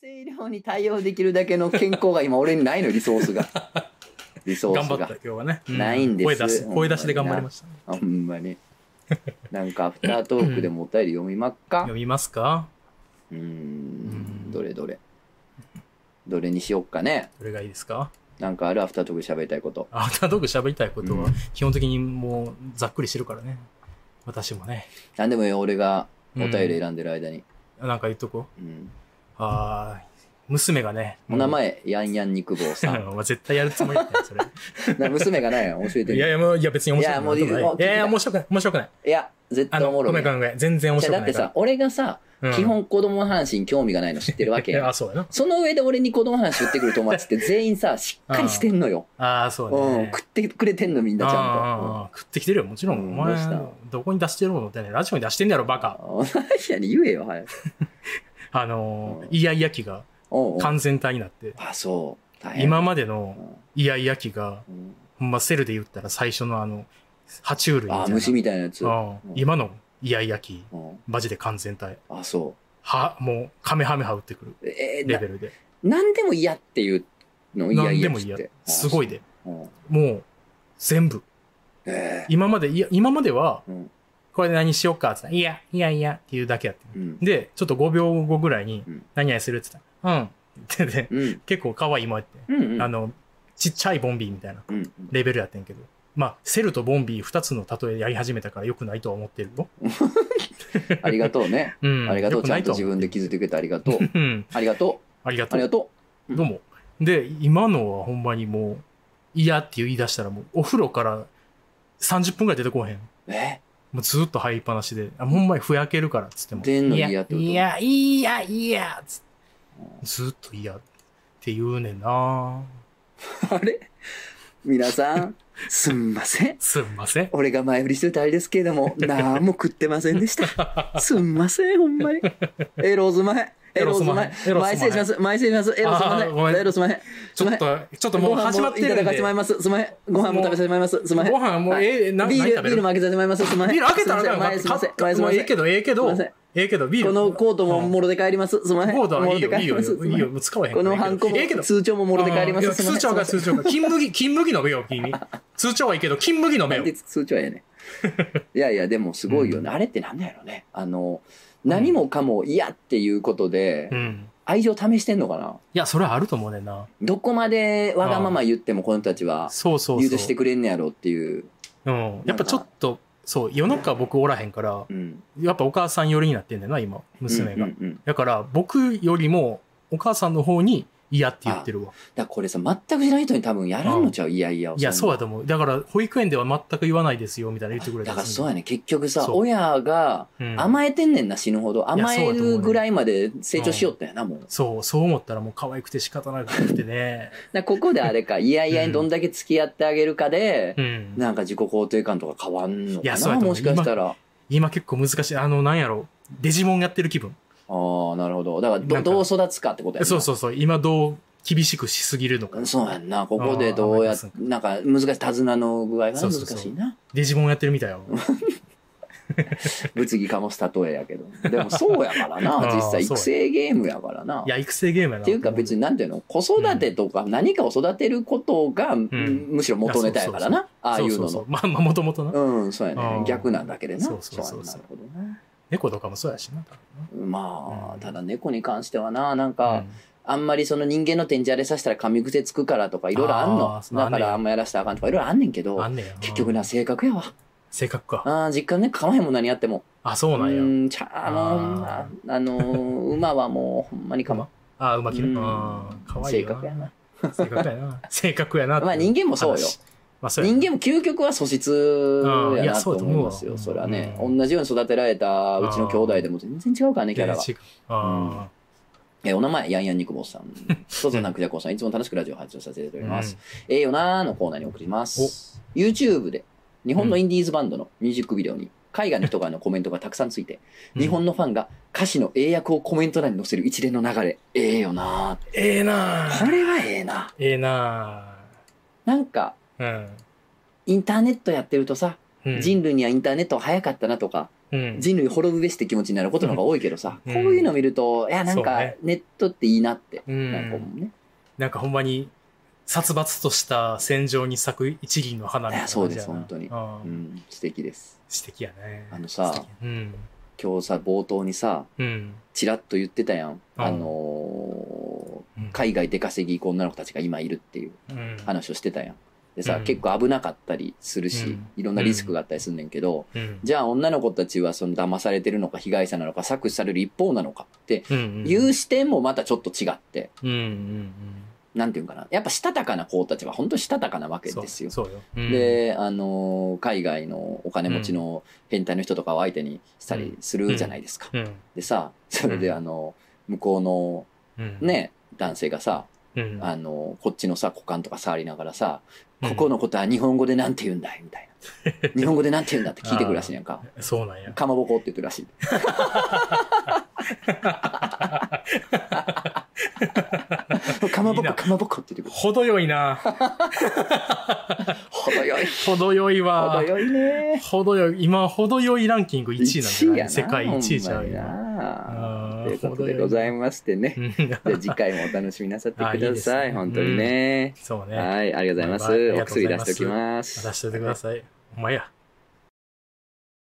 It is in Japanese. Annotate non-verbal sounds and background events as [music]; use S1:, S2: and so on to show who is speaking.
S1: 声量に対応できるだけの健康が今俺にないの、リソース
S2: [laughs]
S1: が。リソー
S2: 頑
S1: ス
S2: 張った
S1: が
S2: 今。日はね。う
S1: ないんです
S2: 声出し、声出しで頑張りましたね。
S1: ほんまに。なんかアフタートークでもお便り読みまっか
S2: 読。みますか
S1: うー
S2: うん
S1: ん、どれどれ。どれにしよっかね。
S2: どれがいいですか
S1: なんかあるアフタートークで喋りたいこと。
S2: アフタートーク喋りたいこと
S1: う
S2: は
S1: ん、
S2: 基本的にもうざっくりしてるからね。私もね。
S1: なんでもいいよ俺がお便り
S2: ら
S1: 選んでる間に。
S2: なんか言っとこ
S1: うん
S2: う。あー娘がね。
S1: お名前、ヤンヤン肉棒さん。
S2: [laughs] お前絶対やるつもりだよ、
S1: [laughs]
S2: それ。
S1: な娘がない教えて
S2: いやい
S1: み
S2: や、もう、いや、別に面白くない。
S1: いやもう
S2: いやいや、面白くない。面白くない。
S1: いや、絶
S2: あ
S1: 対
S2: の、
S1: おも
S2: ご
S1: ろ
S2: め
S1: い
S2: んご
S1: や
S2: めんごめん。全然面
S1: ん。じゃ
S2: 白
S1: あだ
S2: くな
S1: っ
S2: い
S1: て
S2: から。
S1: さ、俺がさ、
S2: うん
S1: 基本子供の話に興味がないの知ってるわけ
S2: いや
S1: やん
S2: あ、そうやな。
S1: その上で俺に子供の話振ってくる友達
S2: [laughs]
S1: って全員さ、しっかりしてんのよ。
S2: ああ、そうね。
S1: うん、食ってくれてんのみんなち
S2: あーあー
S1: ゃん
S2: あー食ってきてるよ、もちろん。
S1: うん
S2: お前
S1: どうした
S2: どこに出してるのってね、ラジオに出してんだろ、バカ。
S1: と。うん。 [laughs] 何やに言えよ、早く。
S2: あのー
S1: うん
S2: イヤイヤ期が
S1: おうおう
S2: 完全体になって、
S1: あ、そう。大変。
S2: 今までの
S1: うん
S2: イヤイヤ期が、
S1: うん
S2: ほんまセルで言ったら最初のあの、爬虫類みたいな。
S1: あ、虫みたいなやつ。う
S2: うん今のイヤイヤ期、
S1: ん
S2: マジで完全体。
S1: あ、そ
S2: は、もう、カメハメハ打ってくる
S1: う。えー
S2: レ
S1: な
S2: ベルで。
S1: なんでも嫌っていうの嫌
S2: 何で
S1: 嫌
S2: も
S1: っ
S2: いい
S1: つ
S2: や
S1: って。。
S2: すごい
S1: で。
S2: で。
S1: うん
S2: もう、全部。
S1: え
S2: 今まで、いや、今までは、
S1: ーうん
S2: これ何しよっかって言ったらいや、いやいやっていうだけやって。
S1: うん
S2: で、ちょっと5秒後ぐらいに
S1: うん、
S2: 何々するって言ったら、うん。ってね、
S1: うん
S2: 結構可愛いもんやって。
S1: うんうん
S2: あの、ちっちゃいボンビーみたいな
S1: うん
S2: レベルやってんけど。まあ、セルとボンビー2つの例えやり始めたから良くないとは思ってるよ。
S1: ありがとうね。
S2: [laughs] うん。
S1: ありがと
S2: 良
S1: う。
S2: く
S1: ちゃ
S2: なんい
S1: と
S2: と
S1: 自
S2: は
S1: 分で気づいてくれてありがとう。
S2: うん。
S1: ありがと
S2: ありが
S1: う。あ
S2: と
S1: り
S2: う。
S1: がとう
S2: どうも。で、今のはほんまにもう、嫌って言い出したらもう、お風呂から30分ぐらい出てこへん。 [laughs]
S1: う。え
S2: もうずっと入りっぱなしで、あほんまにふやけるからっつっても。
S1: 出んの嫌ってこと
S2: いや、いや、いや、つってずっと嫌って言うねんな
S1: [laughs] あれ [laughs] 皆さん、すんません。
S2: すんません。
S1: 俺が前振りしてたあれですけれど
S2: [laughs]
S1: も、なんも食ってませんでした。すんません、ほんまに。エロすまへん。エロすまへん。
S2: エロすまへん
S1: 前失礼します。前失礼します。エロすま
S2: あーごめ
S1: へん。
S2: ん
S1: エロすまへん。
S2: ちょっと、ちょっともう始まってる
S1: ご飯もいただかせて
S2: んで。
S1: まいります。すまへん。ご飯も食べさせてまいります。すまへん。
S2: ご飯もうええ、な
S1: ビ
S2: 何
S1: ール、ビ
S2: 食べ
S1: ール
S2: る
S1: も開けさせてもらいます。すまへん。
S2: ビール開けたら
S1: すいません
S2: な
S1: 前
S2: ん
S1: すいま
S2: か
S1: せん。
S2: 買
S1: 前
S2: っ
S1: すい
S2: も
S1: ま
S2: う
S1: せ
S2: え
S1: ん
S2: えけど、ええけ
S1: すい
S2: ど
S1: ません、
S2: ええけど、ビール。
S1: このコートも
S2: うん
S1: もろで帰ります。すまへん。
S2: コードはいい
S1: もろ
S2: よ、
S1: で
S2: い
S1: 帰
S2: い
S1: りま
S2: よ、
S1: す
S2: いいよ、使わへん。
S1: このハンコも
S2: ええけど、
S1: 通帳ももろで帰りま
S2: う
S1: す。
S2: んいや
S1: すいません
S2: 通帳が
S1: すい
S2: 通
S1: ま
S2: 帳が。金麦、金麦飲めよ、君。通帳はいいけど、金麦飲め
S1: せん
S2: よ
S1: なんで。通帳やね
S2: [laughs]
S1: ん。いやいや、でもすごいよね。あれってなんだろうね。あの、何もかも嫌っていうことで
S2: う、ん。
S1: 愛情試してんのかな。
S2: いや、それはあると思うねんな。
S1: どこまでわがまま言ってもこの人たちは
S2: そうそう
S1: 許
S2: そう。
S1: してくれんねやろっていう。
S2: うん。や
S1: な
S2: っ
S1: んか
S2: ぱちょっと、そう、夜中僕おらへんから、
S1: うん。
S2: やっぱお母さん寄りになってんだよな、今、娘が
S1: うん。うんうんだ
S2: だから、僕よりも、お母さんの方に嫌って言ってるわ。
S1: からこれさ、全く知らん人に多分やらんのちゃういやいやを
S2: い
S1: さ
S2: や、そうやと思う。だから、保育園では全く言わないですよ、みたいな言ってくれた
S1: だ
S2: り
S1: から
S2: する
S1: そうやね。結局さ、
S2: そう
S1: 親が
S2: うん
S1: 甘えてんねんな、死ぬほど。
S2: いや
S1: 甘え
S2: そうやと思う
S1: る
S2: ね
S1: ぐらいまで成長しよったやな、もう。
S2: そう、そう思ったらもう可愛くて仕方なく
S1: [laughs]
S2: てね。
S1: だからここであれか、いやいやにどんだけ付き合ってあげるかで、
S2: うん。
S1: なんか自己肯定感とか変わんの
S2: いや
S1: か
S2: そうや
S1: な
S2: と思う
S1: もしかしたら。
S2: 今結構難しい。あの、なんやろ。デジモンやってる気分。
S1: ああ、なるほど。だから
S2: な
S1: ど
S2: んか
S1: どう育つかってことやな。
S2: そうそうそう。今どう厳しくしすぎるのか。
S1: そうやんな。ここでどうや
S2: あーわか、
S1: なんか難しい、手綱の具合がな
S2: そう
S1: 難
S2: そうそう
S1: しいな。
S2: デジモンやってる
S1: [laughs]
S2: みたいよ。
S1: 物議かもす例えやけど。でもそうやから
S2: [laughs] あ
S1: な、
S2: ー
S1: 実際。
S2: そう
S1: 育
S2: や
S1: 成ゲームやからな。
S2: いや、育成ゲームやな。
S1: っていうか別に
S2: に。
S1: なんていうの子育てとか何かを育てることが、むしろ元ネタやから
S2: い
S1: な。ああいう
S2: そう
S1: の
S2: そうそう
S1: の。
S2: まあまあ、もともとな。
S1: うん、そうや
S2: あ
S1: ね
S2: ー。
S1: 逆なんだけでな。
S2: そうそうそう
S1: そ
S2: そう
S1: うやねなるほどな。
S2: 猫とかもそうやしな。
S1: ま
S2: う
S1: あ、
S2: ん
S1: ただ猫に関してはな、なん
S2: う
S1: か、
S2: ん
S1: あんまりその人間の展示あれさせたら噛み癖つくからとかいろいろあん
S2: あ
S1: の
S2: ー。そう
S1: だか
S2: あんねん
S1: らあんまやらせたらあかんとかいろいろあんねんけ
S2: あ
S1: ど、
S2: んねや。
S1: 結局
S2: な。
S1: な、性格やわ。
S2: 性格か。
S1: ああ、実家ね、構わへんもん何やっても。
S2: あ、そうなんや。
S1: ん、ちゃあの
S2: あ
S1: ああのー、馬はもうほんまにかま。
S2: あ、うまきる。
S1: うん
S2: あー可愛い
S1: 性
S2: よ
S1: 格やな。。
S2: 性格やな。性格やな。
S1: まあ人間もそうよ
S2: 話。まあそうや
S1: 人
S2: な
S1: 間も究極は素質
S2: うんい
S1: や
S2: や
S1: なと
S2: そうだと
S1: 思
S2: 思
S1: いう
S2: わ
S1: ますよ。それはね、
S2: うん
S1: 同じように育てられたうちの兄弟でも全然違うからね、キャラは。
S2: 全然違うあ
S1: えーお名前、ヤンヤンニクボスさん。ソゾナクジャコウさん、いつも楽しくラジオを配信させていただ
S2: ー
S1: きます。
S2: うん
S1: ええよなーのコーナーに送ります。YouTube で日本のインディーズバンドのミュージックビデオに海外の人からのコメントがたくさんついて、
S2: うん
S1: 日本のファンが歌詞の英訳をコメント欄に載せる一連の流れ、ええよな
S2: ええな
S1: ー。こ
S2: ー
S1: れはええな。
S2: ええな
S1: なんか、
S2: ーうん
S1: インターネットやってるとさ、
S2: うん。
S1: 人類にはインターネット早かったなとか、
S2: うん。
S1: 人類滅ぶべしって気持ちになることの方が多いけどさ、
S2: うん
S1: こういうの見ると、いや、なん
S2: そう
S1: か
S2: ね
S1: ネットっていいなって、
S2: う
S1: なんか思
S2: ん。
S1: うね。
S2: なんかほんまに、殺伐とした戦場に咲く一輪の花みたいな感じや
S1: いやそう
S2: な。
S1: です本当に
S2: あ
S1: う
S2: ー
S1: ん、素敵です。
S2: 素敵やね。
S1: あのさ
S2: 素敵うん。
S1: 今日さ、冒頭にさ、
S2: うん。
S1: ちらっと言ってたやん。
S2: うん
S1: あの
S2: うん
S1: ー海外出稼ぎ行く女の子たちが今いるっていう
S2: うん。
S1: 話をしてたやん。でさ、
S2: うん
S1: 結構危なかったりするし、
S2: うん
S1: いろんなリスクがあったりすんねんけど、
S2: うん。
S1: じゃあ女の子たちはその騙されてるのか被害者なのか搾取される一方なのかって
S2: うん。
S1: いう視点もまたちょっと違って、
S2: うん。うんうん。
S1: なんていうんかな。やっぱしたたかな子たちは本当したたかなわ
S2: う
S1: け
S2: ん。そう
S1: ですよ。
S2: そうよ。うん、
S1: で、あのー海外のお金持ちの変態の人とかを相手にしたりするじゃないですか。
S2: うん。
S1: でさ、それであの向こうの
S2: うん。。
S1: ね、男性がさ、
S2: うん。
S1: あの、こっちのさ、股間とか触りながらさ、
S2: うん
S1: ここのことは日本語でなんて言うんだいみたい
S2: [laughs]
S1: な。日本語でなんて言うんだって聞いてくるらしいやんか。
S2: そうなんや。
S1: かまぼこって言ってるら
S2: [laughs]
S1: しい。かまぼこ、かまぼこって言ってく
S2: 程よいな。
S1: る。程よい。
S2: 程よいわ
S1: 程。よいね。
S2: 程よい。今、程よいランキング1位なんじゃ
S1: 一
S2: な
S1: や
S2: い世界1位じゃ
S1: ほ
S2: なんい
S1: まにな
S2: あー
S1: ということでございましてね。じゃあ次回もお楽しみなさってくださ
S2: あいいですね
S1: い。本当にね。
S2: [laughs] そうね。
S1: はい、ありがとうございます。
S2: バイバイ
S1: お薬出しておきます。
S2: 渡しててください。お前や。